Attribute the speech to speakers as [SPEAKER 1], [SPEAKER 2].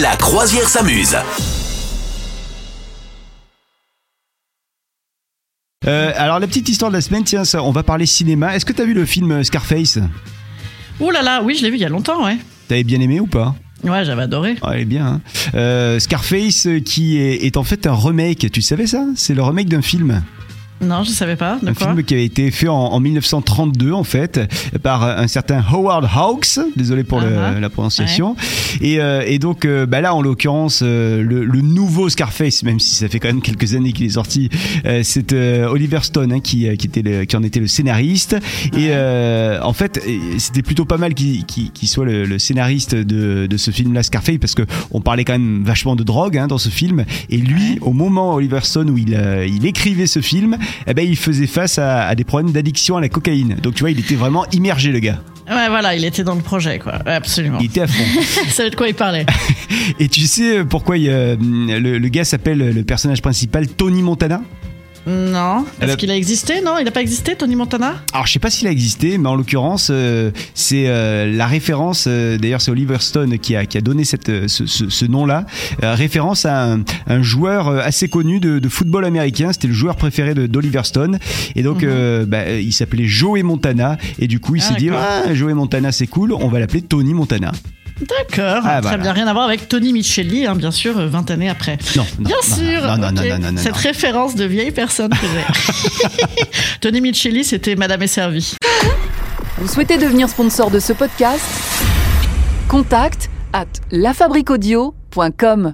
[SPEAKER 1] La croisière s'amuse.
[SPEAKER 2] Euh, alors la petite histoire de la semaine, tiens, ça, on va parler cinéma. Est-ce que t'as vu le film euh, Scarface
[SPEAKER 3] Oh là là, oui, je l'ai vu il y a longtemps, ouais.
[SPEAKER 2] T'avais bien aimé ou pas
[SPEAKER 3] Ouais, j'avais adoré.
[SPEAKER 2] Ouais, Elle est bien. hein. Euh, Scarface euh, qui est, est en fait un remake. Tu savais ça C'est le remake d'un film,
[SPEAKER 3] Non, je savais pas. De
[SPEAKER 2] un
[SPEAKER 3] quoi
[SPEAKER 2] film qui avait été fait en, en 1932 en fait par euh, un certain Howard Hawks. Désolé pour le-
[SPEAKER 3] Ah ah.
[SPEAKER 2] la prononciation. Et, euh, et donc euh, bah là en l'occurrence euh, le, le nouveau Scarface, même si ça fait quand même quelques années qu'il est sorti, euh, c'est euh, Oliver Stone hein, qui, euh, qui, était le- qui en était le scénariste. Et euh, en fait, et c'était plutôt pas mal qu'il qu'il- qu'il soit le, le scénariste de, de ce film-là, Scarface, parce que on parlait quand même vachement de drogue hein, dans ce film. Et lui, au moment Oliver Stone où il, euh, il écrivait ce film, eh ben, il faisait face à, à des problèmes d'addiction à la cocaïne. Donc tu vois, il était vraiment immergé, le gars.
[SPEAKER 3] Ouais, voilà, il était dans le projet, quoi. Ouais, absolument.
[SPEAKER 2] Il était à fond.
[SPEAKER 3] Ça savait de quoi il parlait.
[SPEAKER 2] Et tu sais pourquoi il, euh, le, le gars s'appelle euh, le personnage principal Tony Montana
[SPEAKER 3] non.
[SPEAKER 2] Elle a-
[SPEAKER 3] Est-ce qu'il a existé Non, il n'a pas existé, Tony Montana
[SPEAKER 2] Alors je sais pas s'il a existé, mais en l'occurrence euh, c'est euh, la référence. euh, D'ailleurs c'est Oliver Stone qui a, qui a donné cette, euh, ce, ce- ce nom-là. euh, référence à un, un joueur euh, assez connu de, de football américain. C'était le joueur préféré de- d'Oliver Stone. Et donc
[SPEAKER 3] Mhm.
[SPEAKER 2] euh, bah, euh, il s'appelait Joey Montana. Et du coup il
[SPEAKER 3] Ah,
[SPEAKER 2] s'est dit
[SPEAKER 3] d'accord.
[SPEAKER 2] ah, Joey Montana c'est cool, on va l'appeler Tony Montana.
[SPEAKER 3] D'accord.
[SPEAKER 2] Ah,
[SPEAKER 3] Très
[SPEAKER 2] voilà.
[SPEAKER 3] bien, rien à voir avec Tony Micheli, hein, bien sûr, euh, 20 années après.
[SPEAKER 2] Non, non,
[SPEAKER 3] Bien
[SPEAKER 2] non,
[SPEAKER 3] sûr.
[SPEAKER 2] Non non, non,
[SPEAKER 3] ok.
[SPEAKER 2] non non non.
[SPEAKER 3] Cette
[SPEAKER 2] non.
[SPEAKER 3] référence de vieille personne que j'ai. Tony Micheli, c'était Madame est servie.
[SPEAKER 4] Vous souhaitez devenir sponsor de ce podcast Contact à lafabriquaudio.com.